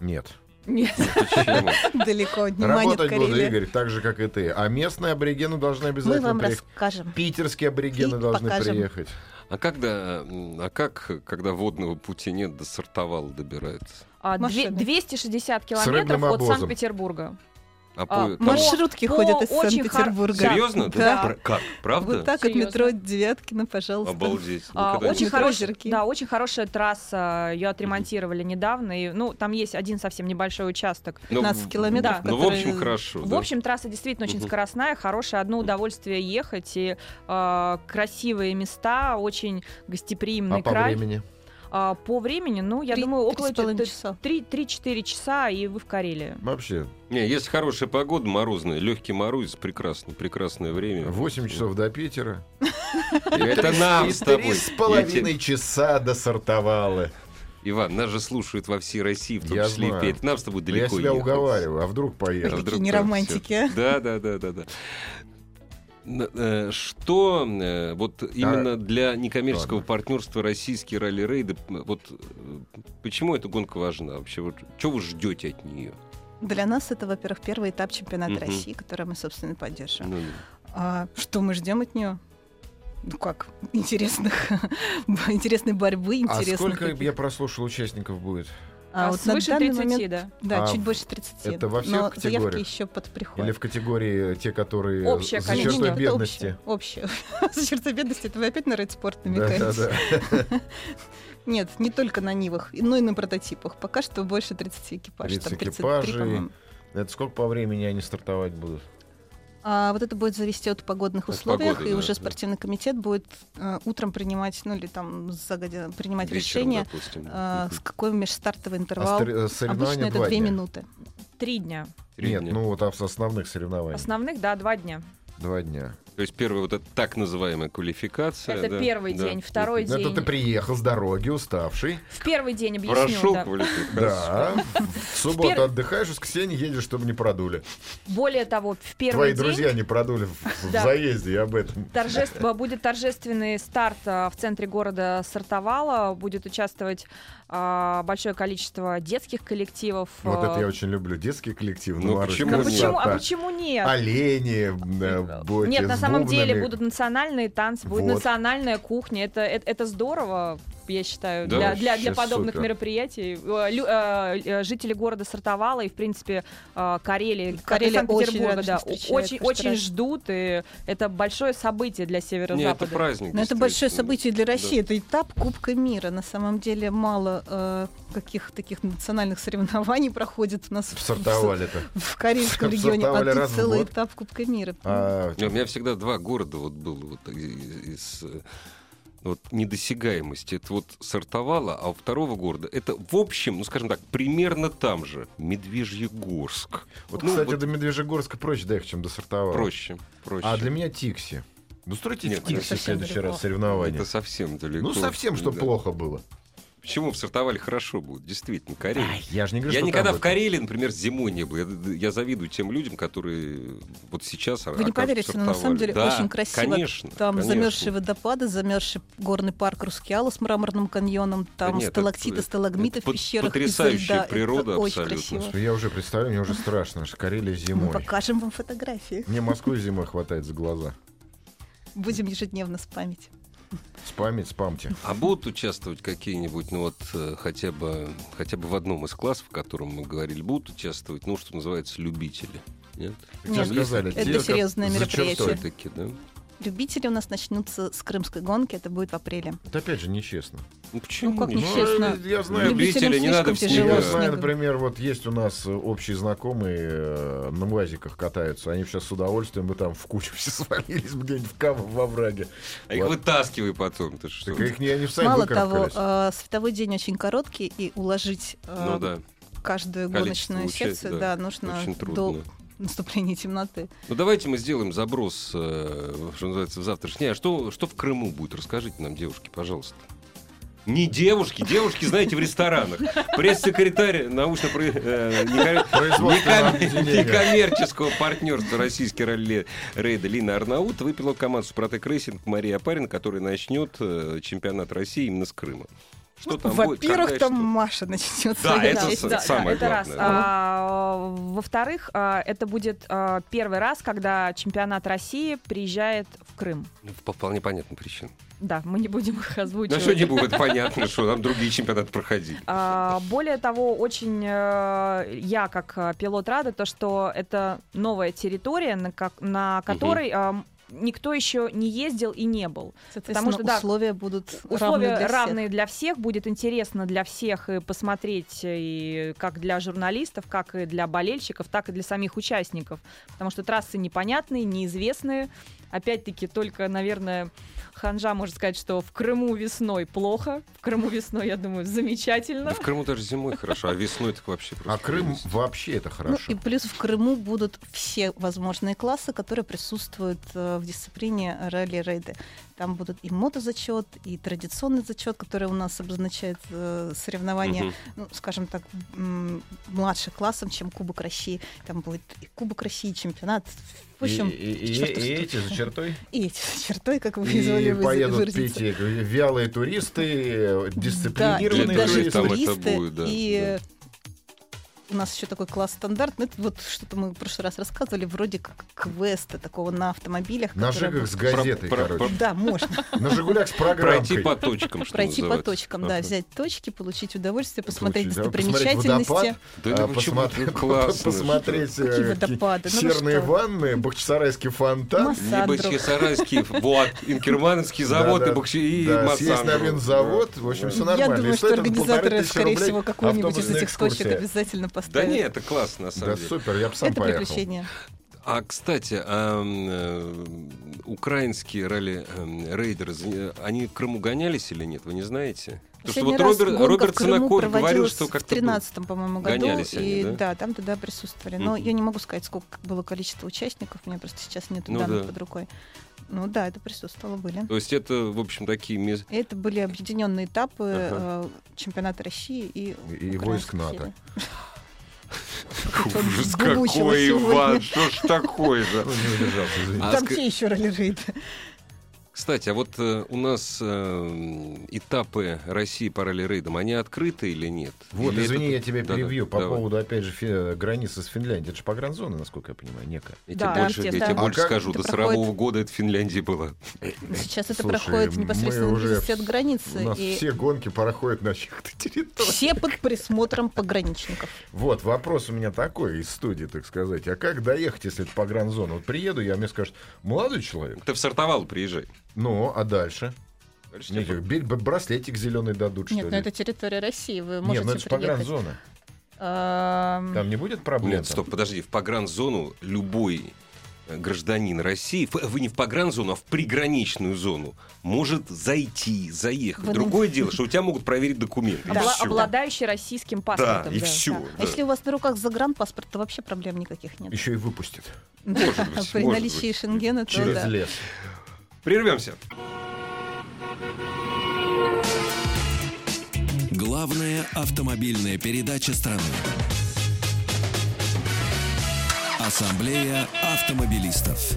Нет.
Нет.
Почему?
Далеко, внимание в
Работать буду,
Карелии.
Игорь, так же, как и ты. А местные аборигены должны
Мы
обязательно
вам
приехать.
расскажем.
Питерские аборигены
И
должны
покажем.
приехать.
А как, да, м, а как, когда водного пути нет, до сортовала добираются?
А, две-
Машины.
260
рыбным
километров от
обозом.
Санкт-Петербурга.
А
А,
по- там-
марш-
Маршрутки
по
ходят из
очень хор-
Санкт-Петербурга.
да.
Серьезно?
Да.
Пр- Как? Правда?
Вот так от
Серьезно?
метро Девяткина, пожалуйста.
Обалдеть.
А,
Никогда не
очень,
Метро
хорош-
Жирки.
да, очень хорошая трасса, ее отремонтировали недавно, и, ну, там есть один совсем небольшой участок.
Ну,
15 километров,
Да.
Ну, в
которые-
общем, хорошо.
В
да.
общем, трасса действительно очень
Мгм.
скоростная, хорошая, одно удовольствие ехать, и а, красивые места, очень гостеприимный
А по
край.
времени?
А, по времени, ну, я
Три-
думаю,
три
около
с половиной
3-4
часа.
часа, и вы в Карелии.
Вообще,
Не, если хорошая погода, морозная, легкий морозец, прекрасно, прекрасное время.
8 часов до Питера.
Это нам
И
с тобой.
три с
Я тебе-
половиной часа до Сортовалы.
Иван, нас же слушают во всей России, в том
Я
числе и
знаю.
Петь. Нам с тобой
Я
далеко
себя
ехать.
уговариваю, а вдруг
А
Ой,
поеду.
какие
вдруг
неромантики,
так
а?
всё. Да, да, да, да, да. Н- э, Что э, вот именно для некоммерческого
А, Ладно.
партнерства российские ралли-рейды, м, вот э, почему эта гонка важна вообще? Вот что вы ждете от нее?
Для нас это, во-первых, первый этап чемпионата
Мгм.
России, который мы, собственно, и поддерживаем.
Ну,
А что мы ждем от нее? Ну как, интересных, интересной борьбы,
А
интересных.
сколько,
каких-
я прослушал, участников будет?
А,
А вот на
свыше
данный
30,
момент-
да.
Да,
А
чуть
в-
больше 30.
это во всех
Но
категориях?
заявки еще под приход.
Или в категории те, которые
Общее
за
количество.
чертой
Нет, это
бедности?
Общее. общее. За чертой бедности это вы опять на Red Sport намекаете?
Да-да-да.
Нет, не только на Нивах, и- но и на прототипах. Пока что больше 30 экипажей.
30
Там 33,
экипажей.
по-моему.
Это сколько по времени они стартовать будут?
А вот это будет зависеть от погодных
От
условий,
погоды,
и
да, да.
уже спортивный комитет будет э, утром принимать, ну или там загодя принимать
Вечером,
решение,
допустим.
э, с какой межстартовый
А
интервал.
стар- э,
Обычно
соревнования
это
два
2
дня? Ну,
минуты.
Три дня.
Три
Нет,
дня.
ну вот а с основных соревнований.
Основных, да, два дня.
Два дня.
То есть первая вот эта так называемая квалификация.
Это
да,
первый
да.
день, второй
Ну, Это
день.
ты приехал с дороги, уставший.
В первый день объясню.
Прошел
да.
квалификацию.
Да. В субботу
Теперь-
отдыхаешь, в воскресенье едешь, чтобы не продули.
Более того, в первый
Твои
день
друзья не продули в- в
Да.
заезде, я об этом.
торжеств- будет торжественный старт а, в центре города Сартовала. Будет участвовать а, большое количество детских коллективов.
Вот это я
а,
очень люблю. Детский коллектив.
Ну,
Новорожденный
почему
ну
нет?
почему,
Сарта.
а почему нет?
Олени, э, боти
Нет, на
с
самом деле
бубнами.
будут национальные танцы, будет
Вот.
национальная кухня. Это, э, это, это здорово, я считаю,
Да,
для, для, для
вообще
подобных
супер.
мероприятий. Э, лю- э, э, жители города Сартовала и, в принципе, э, Карелии, как и
Карелия очень
Санкт-Петербурга,
радостно
да,
встречает
очень,
каждый
очень
раз.
ждут. И это большое событие для
Не, это
Северо-Запада.
праздник.
Но это большое
действительно.
событие для России. Это этап Кубка мира. На самом деле мало э, каких таких национальных соревнований проходит у нас в- в-
Сортовали-то.
В, Карельском регионе. А
Сортовали
тут
раз в
целый
год.
этап Кубка мира.
А,
Не, У меня всегда два города вот было вот так, и- и- из э, вот недосягаемости. Это вот сортовало, а у второго города это в общем, ну скажем так, примерно там же Медвежьегорск.
вот,
Ну,
кстати,
вот
до Медвежьегорска проще доехать, чем до Сартовала.
проще, проще.
А для меня Тикси. Ну, стройте
Нет,
в Тикси в
совсем
следующий
далеко.
раз соревнования.
это совсем далеко.
Ну, совсем, что
Да.
плохо было.
Почему в сортовали хорошо будет? Действительно, Карелия.
Я же не говорю,
Я
что
никогда
там
в
это.
Карелии, например, зимой не был. Я, я завидую тем людям, которые вот сейчас а,
Вы не поверите, но на самом деле очень красиво.
Конечно.
Там
конечно.
замерзшие водосы, замерзший горный парк Рускеала с мраморным каньоном, там
нет, это-
сталактиты, сталагмиты
это
в пещерах. изо
потрясающая
льда. Это
природа
очень
абсолютно.
красиво.
Господи, Я уже представляю, мне уже страшно. что Карелия
Мы
зимой.
покажем вам фотографии.
Мне Москвы зимой хватает за глаза.
Будем ежедневно спамить.
Спамить, спамьте.
А будут участвовать какие-нибудь, ну вот э, хотя бы, хотя бы в одном из классов, о котором мы говорили, будут участвовать, ну что называется, любители? Нет?
Как
Нет,
тебе сказали,
ну, это
те, как
серьезное
за чертой.
мероприятие.
Все-таки, да? Ну,
Любители у нас начнутся с крымской гонки, это будет в апреле.
Это опять же нечестно.
Ну почему?
как
нет?
нечестно? Честно.
Ну, я знаю,
Любителям
Любителям
не надо
слишком
в снег.
Я
тяжело
с
знаю,
снегом.
например, вот есть у нас э, общие знакомые э, на УАЗиках катаются. Они сейчас с удовольствием бы там в кучу все свалились бы где-нибудь в кам во враге.
А их
Вот.
вытаскивай потом, ты что?
Так их не, они сами
Мало того,
выкарабкались.
э, световой день очень короткий, и уложить э,
Ну да,
каждую
Количество
гоночную
участия,
секцию
да,
да, нужно
очень
до
трудно.
наступления темноты.
Ну давайте мы сделаем заброс, э, что называется, в завтрашний. день. А что, что в Крыму будет? Расскажите нам, девушки, пожалуйста. Не девушки, девушки, знаете, в ресторанах. Пресс-секретарь научно про- э, некор-
Производственного
неком-
объединения.
некоммерческого партнерства российский ралли-рейда Лина Арнаут выпила команду «Супротек Рейсинг» Мария Апарин, который начнет э, чемпионат России именно с Крыма. Что там будет, когда
Ну, Во-первых,
и
там
что?
Маша начнет
Да,
свои
А, это
речи.
с- самое
это раз.
главное.
А, во-вторых, а, это будет а, первый раз, когда чемпионат России приезжает в Крым.
Ну, По вполне понятным причинам.
Да, мы не будем их
Ну,
озвучивать.
что не будет понятно, что там другие чемпионаты проходили.
А, Более того, очень э, я как э, пилот рада, то что это новая территория, на, как- на которой эм, никто еще не ездил и не был.
Потому что
да,
условия будут
Условия
равны для всех.
равные для всех, будет интересно для всех и посмотреть э, и как для журналистов, как и для болельщиков, так и для самих участников, потому что трассы непонятные, неизвестные. Опять-таки только, наверное, Ханжа может сказать, что в Крыму весной плохо, в Крыму весной, я думаю, замечательно.
Да в Крыму даже зимой хорошо, а весной так вообще просто.
А Крым
прелесть.
вообще это
Ну,
хорошо.
и плюс в Крыму будут все возможные классы, которые присутствуют э, в дисциплине ралли-рейды. Там будут и мотозачет, и традиционный зачет, который у нас обозначает э, соревнования,
Мгм.
ну, скажем так, м, младше классом, чем Кубок России. Там будет и Кубок России, и чемпионат. В общем,
и, и- и-
чёрт
и
их
эти за чертой.
и эти за чертой, как вы
И
изволили вы-
поедут
выразиться.
пить эти вялые туристы, дисциплинированные
Да, и
туристы.
даже
там это
туристы,
будет, да,
и э, у нас еще такой класс стандарт. Ну, это вот что-то мы в прошлый раз рассказывали, вроде как квеста такого на автомобилях.
На
которые-
Жигах с газетой,
Про- про-
короче.
Да, можно
На Жигулях с программкой.
Пройти по точкам, что
пройти по
называется.
точкам, да,
Ага.
взять точки, получилить удовольствие, посмотреть
Получить, да,
достопримечательности.
посмотреть
Да
водопад,
ну
а,
почему
посмотри-
это классно,
Посмотреть
Какие
э,
водопады, ну вы
серные
что?
ванны, бахчисарайский фонтан.
Масса
Либо
Сандро.
Чесарайский, вот, Инкермановский завод
Да,
и
да.
Бакши, и
Да,
Масангру.
съесть на винзавод, в общем, все нормально.
Я
И
думаю, что
стоит это полторы
организаторы,
тысячи
скорее
рублей
всего, какую-нибудь из
автобусная
этих точек
экскурсия.
обязательно
Да
поставят.
нет, это классно, на самом
Да
деле.
супер, я бы сам
это
поехал.
приключение.
А, кстати, а, м, э, украинские эм, ралли-рейдеры, э, они в Крыму гонялись или нет, вы не знаете? Потому что
Последний
вот
раз
Роберт,
гонка
Роберт
в Крыму
Цинаков говорил,
проводилась
что
в
как-то... был.
13 по-моему, году.
Гонялись они,
и
да?
там тогда присутствовали. Но
Мгм.
я не могу сказать, сколько было количество участников. У меня просто сейчас нет
Ну
данных
да.
под рукой. Ну да, это присутствовало были.
То есть это, в общем, такие... мес-
И это были объединенные этапы
Э. Ага.
э, чемпионата России и,
И- и
украинской
войск
серии.
НАТО.
Тут он
Ужас
сгубучило
какой,
сегодня.
Иван, что ж такое-то?
Ну, не удержался, извините.
А
Там
ск-
те еще роллерейды.
Кстати, а вот э, у нас э, м, этапы России по ралли-рейдам, они открыты или нет?
Вот,
Или
извини,
это-
я тебя
Да-да,
перебью по
давай.
поводу, опять же, фи- границы с Финляндией. Это же погранзона, насколько я понимаю, некая.
Я
Да,
тебе больше, я тебе
естественно.
больше
А как
скажу,
это
до
проходит?
40 года это Финляндия была.
Сейчас это
Слушай,
проходит
мы
непосредственно
уже
близости от
в-
границы.
У нас
и
все гонки проходят на чьих-то территориях.
все под присмотром пограничников.
Вот, вопрос у меня такой из студии, так сказать. А как доехать, если это погранзона? Вот приеду я, мне скажут, молодой человек,
Ты в Сартовал приезжай.
ну, а дальше?
Дальше
Мне
тебе-
говорят, «Бе- бе- браслетик зеленый дадут, что
Нет,
ли?
но это территория России. Вы
Нет,
можете
ну это же
приехать.
погранзона.
Эм,
Там не будет проблем?
Нет, стоп, подожди, в погранзону любой э, гражданин России, ф- вы не в погранзону, а в приграничную зону, может зайти, заехать.
Вы-
Другое дело, что у тебя могут проверить документы.
А Обла-
и все.
Обладающий российским
Да,
паспортом.
и
да.
все.
да. А если у вас на руках загранпаспорт, то вообще проблем никаких нет.
Еще и выпустят.
Может быть,
При
может
наличии
быть.
шенгена, то
Через
да.
лес.
Прервемся.
Главная автомобильная передача страны. Ассамблея автомобилистов.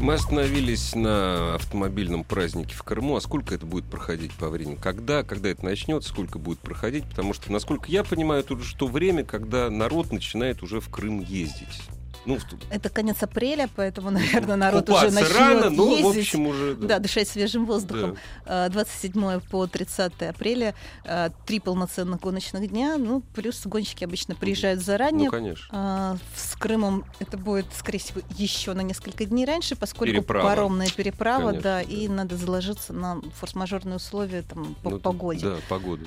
Мы остановились на автомобильном празднике в Крыму. А сколько это будет проходить по времени? Когда? Когда это начнется? Сколько будет проходить? Потому что, насколько я понимаю, тут же то время, когда народ начинает уже в Крым ездить. Ну, в-
Это конец апреля, поэтому, наверное, народ
купаться
уже начнет
рано, но,
ездить.
в общем, уже...
Да, дышать свежим воздухом. Э, 27 по 30 апреля э, три полноценных гоночных дня. Ну, плюс гонщики обычно приезжают
Ну,
заранее.
конечно.
А, С Крымом это будет, скорее всего, еще на несколько дней раньше, поскольку
Переправа.
паромная переправа,
Конечно, да.
да, и надо заложиться на форс-мажорные условия там, по
Ну,
погоде.
Да, погода.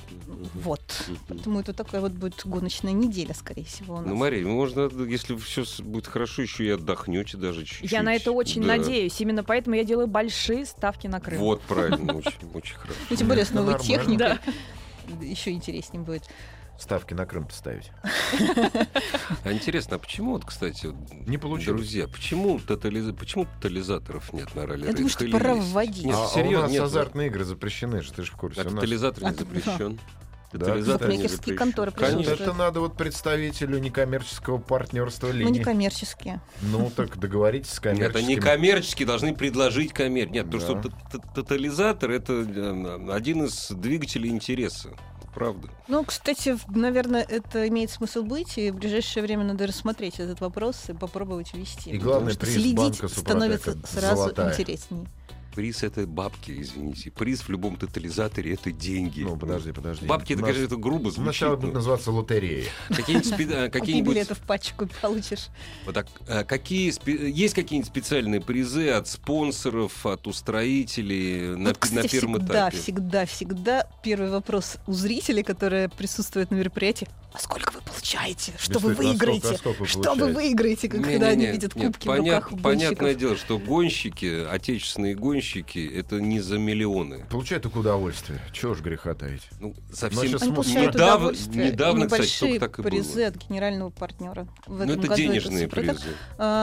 Вот.
Мгм.
Поэтому это такая вот будет гоночная неделя, скорее всего, у нас.
Ну, Мария, можно, если все будет хорошо, еще и отдохнете даже чуть-чуть.
Я на это очень
Да.
надеюсь. Именно поэтому я делаю большие ставки на Крым.
Вот, правильно, очень, очень хорошо.
Ну, тем более с
Ну,
новой
нормально.
техникой. Еще интереснее будет.
ставки на Крым поставить.
А интересно, а почему вот, кстати, вот,
Не получилось.
друзья, почему, тотализа- почему тотализаторов нет на ралли
Я думаю, что пора вводить.
Нет,
а, а
серьёзно,
у нас
нет, ну.
азартные игры запрещены, что ты же в курсе.
А
у нас-
тотализатор не
А,
запрещен.
Да,
Тотализатор не
букмекерские
запрещен.
конторы
Вот
Конечно.
присутствуют.
это надо вот представителю некоммерческого партнерства
Ну,
линии.
некоммерческие.
Ну, так договоритесь с
Нет,
коммерческим.
они коммерческие должны предложить коммер. Нет,
Да.
потому что т- т- тотализатор это э, один из двигателей интереса. Правда.
Ну, кстати, в- наверное, это имеет смысл быть, и в ближайшее время надо рассмотреть этот вопрос и попробовать ввести.
И главный
Потому что
приз
следить
банка
становится
Супротек
сразу
золотая.
интереснее.
Приз это бабки, извините. Приз в любом тотализаторе это деньги.
Ну, подожди, подожди.
Бабки, это,
У нас-
конечно, это грубо звучит. ну.
Сначала ну,
но
будет называться лотерея.
Какие-нибудь спи- а,
Какие
какие-нибудь
билеты в пачку получишь?
Вот так, а какие спе- есть какие-нибудь специальные призы от спонсоров, от устроителей на,
Вот,
пи- на
кстати,
первом
всегда,
этапе?
всегда, всегда первый вопрос у зрителей, которые присутствуют на мероприятии. А сколько вы получаете? Что
Действительно, а
вы
сколько- а
выиграете?
сколько вы
Что
получаете?
вы выиграете, когда они
Не-не-не,
видят
нет,
кубки
понят-
в руках у
Понятное
гонщиков?
дело, что гонщики, отечественные гонщики, это не за миллионы.
Получай только удовольствие. Чего ж греха таить?
Ну,
Ну, а
совсем
щас- Смысл.
Они получают
Недавно-
удовольствие.
недавно,
и
кстати,
небольшие
только так и было.
призы от генерального партнера. В
ну,
этом
это
году
денежные
«Супротек».
призы.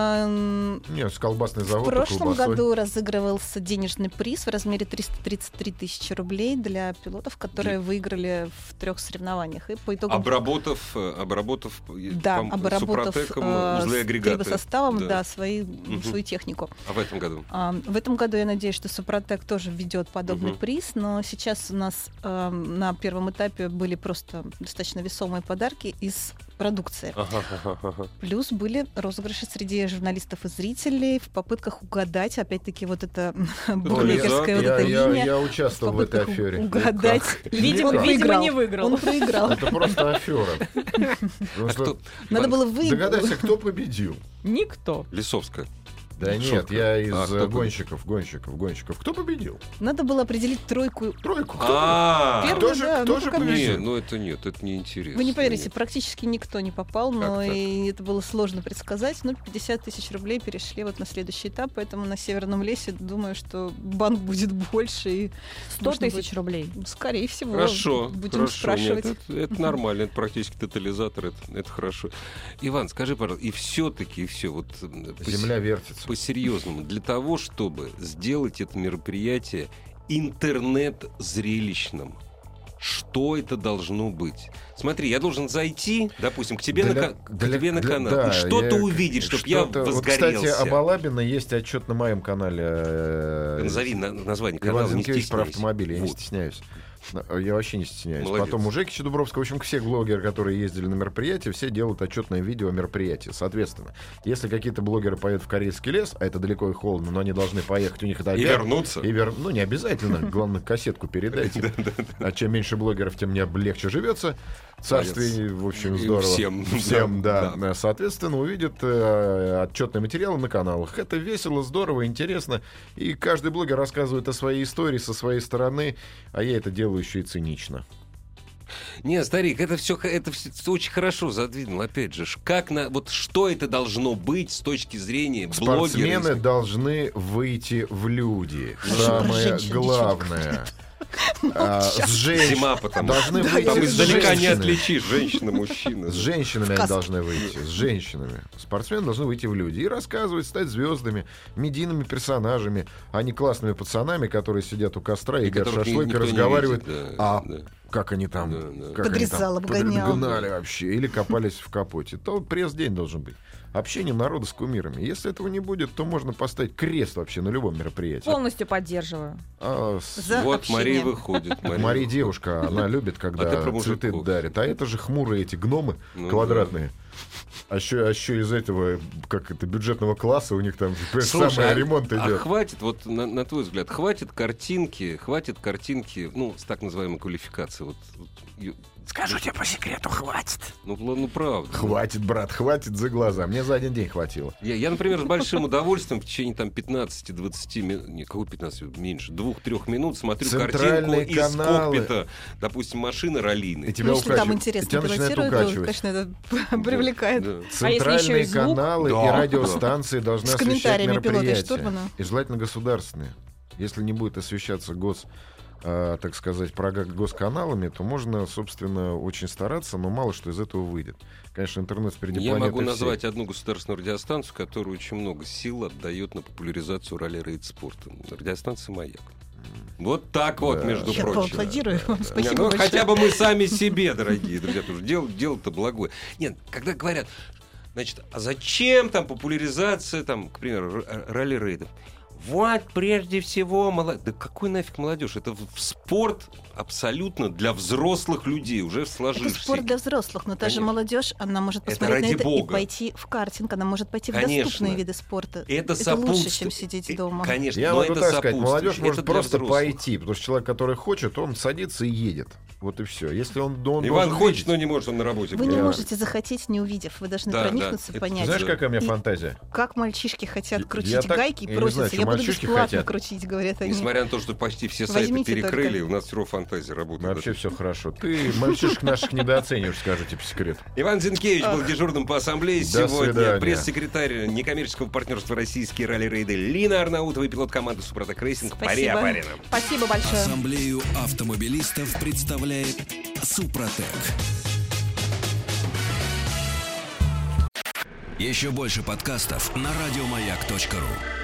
Эм,
Нет, с колбасный
В
завод и
прошлом
колбасой.
году разыгрывался денежный приз в размере 333 тысячи рублей для пилотов, которые выиграли в трех соревнованиях. И по итогам
Обработав, э, обработав, э,
да,
пам-
обработав
супротеком
э,
узлы
с
агрегата.
трибосоставом,
Да.
да, свои,
Мгм.
свою технику.
А в этом году?
А, в этом году я надеюсь, что Супротек тоже введет подобный
Мгм.
приз, но сейчас у нас эм, на первом этапе были просто достаточно весомые подарки из продукции.
Ага, ага, ага.
Плюс были розыгрыши среди журналистов и зрителей в попытках угадать, опопять-таки, вот это букмекерское вот
Я,
это
я-
линия.
я
в
участвовал в этой
попытках у-
афере.
Угадать.
Видимо,
Он
Никак.
видимо,
выиграл.
не выиграл.
Он проиграл.
Это просто афера. Потому
А
что
кто?
Надо было выиграть.
Догадайся, кто победил.
Никто.
Лисовская.
Да
Ну,
нет,
шутка.
я
А,
из
кто
э,
победил?
гонщиков, гонщиков, гонщиков. Кто победил?
Надо было определить тройку.
Тройку. Кто
А,
Первый,
Кто же-
да,
кто
ну,
же
пока-
победил?
не,
Конечно.
ну это нет, это Ну, не интересно.
Вы не поверите, практически никто не попал, но
Как так?
и это было сложно предсказать. Но 50 тысяч рублей перешли вот на следующий этап, поэтому на Северном лесе думаю, что банк будет больше и,
100
Можно
тысяч рублей.
скорее всего,
Хорошо,
будем
хорошо.
спрашивать.
Нет, это, это нормально, это практически тотализатор, это, это хорошо. Иван, скажи, пожалуйста, и все-таки, и все, вот м, пос-
Земля вертится.
по-серьезному, для того, чтобы сделать это мероприятие интернет-зрелищным, что это должно быть? Смотри, я должен зайти, допустим, к тебе,
Для-
на, ка- к
для-
тебе на
для-
канал,
да,
и что ты
я-
увидишь, чтобы я
что-то- вот,
возгорелся?
кстати, об Алабино есть отчет на моем канале. э,
Назови на- название канала,
Иван
не
Зинкевич про
стесняйся.
автомобили, я не
Вот.
стесняюсь. Но Я вообще не стесняюсь.
Молодец.
Потом у Жеки Чедубровского, в общем, все блогеры, которые ездили на мероприятие, все делают отчетное видео о мероприятии. Соответственно, если какие-то блогеры поедут в Корейский лес, а это далеко и холодно, но они должны поехать, у них это
И
обязан-
вернуться.
и вер- Ну, не обязательно, главное, кассетку передайте. А чем меньше блогеров, тем мне легче живется. Царствие, в общем,
И
здорово.
всем.
Всем, да. э,
Да.
Соответственно, увидят э, отчетные материалы на каналах. Это весело, здорово, интересно. И каждый блогер рассказывает о своей истории со своей стороны, а я это делаю еще и цинично.
Не, старик, это все, это все очень хорошо задвинул, опять же. ж. Как на, вот что это должно быть с точки зрения блогера?
Спортсмены
если-
должны выйти в люди.
Хорошо, про
Самое
женщин ничего не
главное. А, с женщин-
Зима, потому
Должны
что.
выйти
Там
с
издалека не
женщинами.
отличишь женщина, мужчина.
С женщинами они
каске.
должны выйти. С женщинами. Спортсмены должны выйти в люди и рассказывать, стать звездами, медийными персонажами, а не классными пацанами, которые сидят у костра, едят
которых ни-
шашлык и
никто не
разговаривают.
видит, да,
а
да.
как они там...
Да, да.
как они
Подрезал,
там
обгонял.
подгнали вообще. Или копались в капоте. То пресс-день должен быть. Общением народа с кумирами. Если этого не будет, то можно поставить крест вообще на любом мероприятии.
Полностью поддерживаю.
А, с-
За
Вот Мария
общением.
выходит.
Мария девушка, она
А
любит,
ты
когда
про мужиков.
цветы дарит. А это же хмурые эти гномы
Ну
квадратные. А еще, из этого, как это, бюджетного класса у них там понимаешь,
Слушай,
самый
а-
ремонт
А
идет.
хватит, вот на, на твой взгляд, хватит картинки, хватит картинки, ну, с так называемой квалификацией. Вот, вот, ю-
Скажу тебе по секрету, хватит.
ну, пла- ну, правда.
Хватит, брат, хватит за глаза. Мне за один день хватило.
Я, я, например, с большим удовольствием в течение там 15-20 минут, не, какого 15, минут, меньше, 2-3 минут смотрю картинку
Центральные
из
каналы.
кокпита, допустим, машины
И
раллиной.
тебя
Ну, если там
укачивает.
интересно
тебя начинает
пилотируют, то,
укачивать.
конечно, это привлекает.
Да.
А если еще и
Центральные
звук?
каналы и
Да.
радиостанции должны
С
освещать
комментариями пилота и
мероприятия.
штурмана.
И желательно государственные. Если не будет освещаться гос э, так сказать, прога госканалами, то можно, собственно, очень стараться, но мало что из этого выйдет. Конечно, интернет впереди
Я
планеты
могу
всей.
назвать одну государственную радиостанцию, которая очень много сил отдает на популяризацию ралли спорта. Радиостанция «Маяк». Вот так вот,
Да.
между
Я
прочим.
поаплодирую вам,
Не,
спасибо
ну,
большое.
хотя бы мы сами себе, дорогие друзья, потому что дело, дело-то благое. Нет, когда говорят, значит, а зачем там популяризация, там, к примеру, р- ралли-рейдов? Вот, прежде всего, молодежь. Да какой нафиг молодежь? Это в- в спорт абсолютно для взрослых людей, уже
Это
сложившихся.
спорт для взрослых, но та же
Конечно.
молодежь, она может
Это
посмотреть
ради
на это и
бога.
пойти в картинг, она может пойти в
Конечно.
доступные виды спорта.
Это,
лучше,
сопутствует-
чем сидеть
э,
дома.
Конечно,
Я
но
могу
это
так сказать,
сопутствует.
молодежь
Это
может
для
просто
взрослых.
пойти, потому что человек, который хочет, он садится и едет. Вот и все. Если он, он
Иван
должен
хочет,
видеть.
но не может, он на работе.
Вы
был.
не
Я-
можете захотеть, не увидев. Вы должны
Да, да.
проникнуться,
Это-
понять,
Знаешь, какая у меня
И-
фантазия?
как мальчишки хотят
Я-
крутить
я так-
гайки
я
и
не
просятся.
знаю, что
я буду
мальчишки
бесплатно
хотят.
крутить, говорят они.
Несмотря на то, что почти все сайты
Возьмите только.
перекрыли, у нас все равно фантазия работает.
Вообще все хорошо. Ты мальчишек наших недооцениваешь, скажу тебе по секрету.
Иван Зинкевич был дежурным по ассамблее
До
сегодня.
свидания.
Пресс-секретарь некоммерческого партнерства «Российские ралли-рейды» Лина Арнаутова и пилот команды «Супротек Рейсинг» Мария
Спасибо.
Барина.
Спасибо большое.
Ассамблею автомобилистов представляет Супротек. Еще больше подкастов на радиомаяк.ру.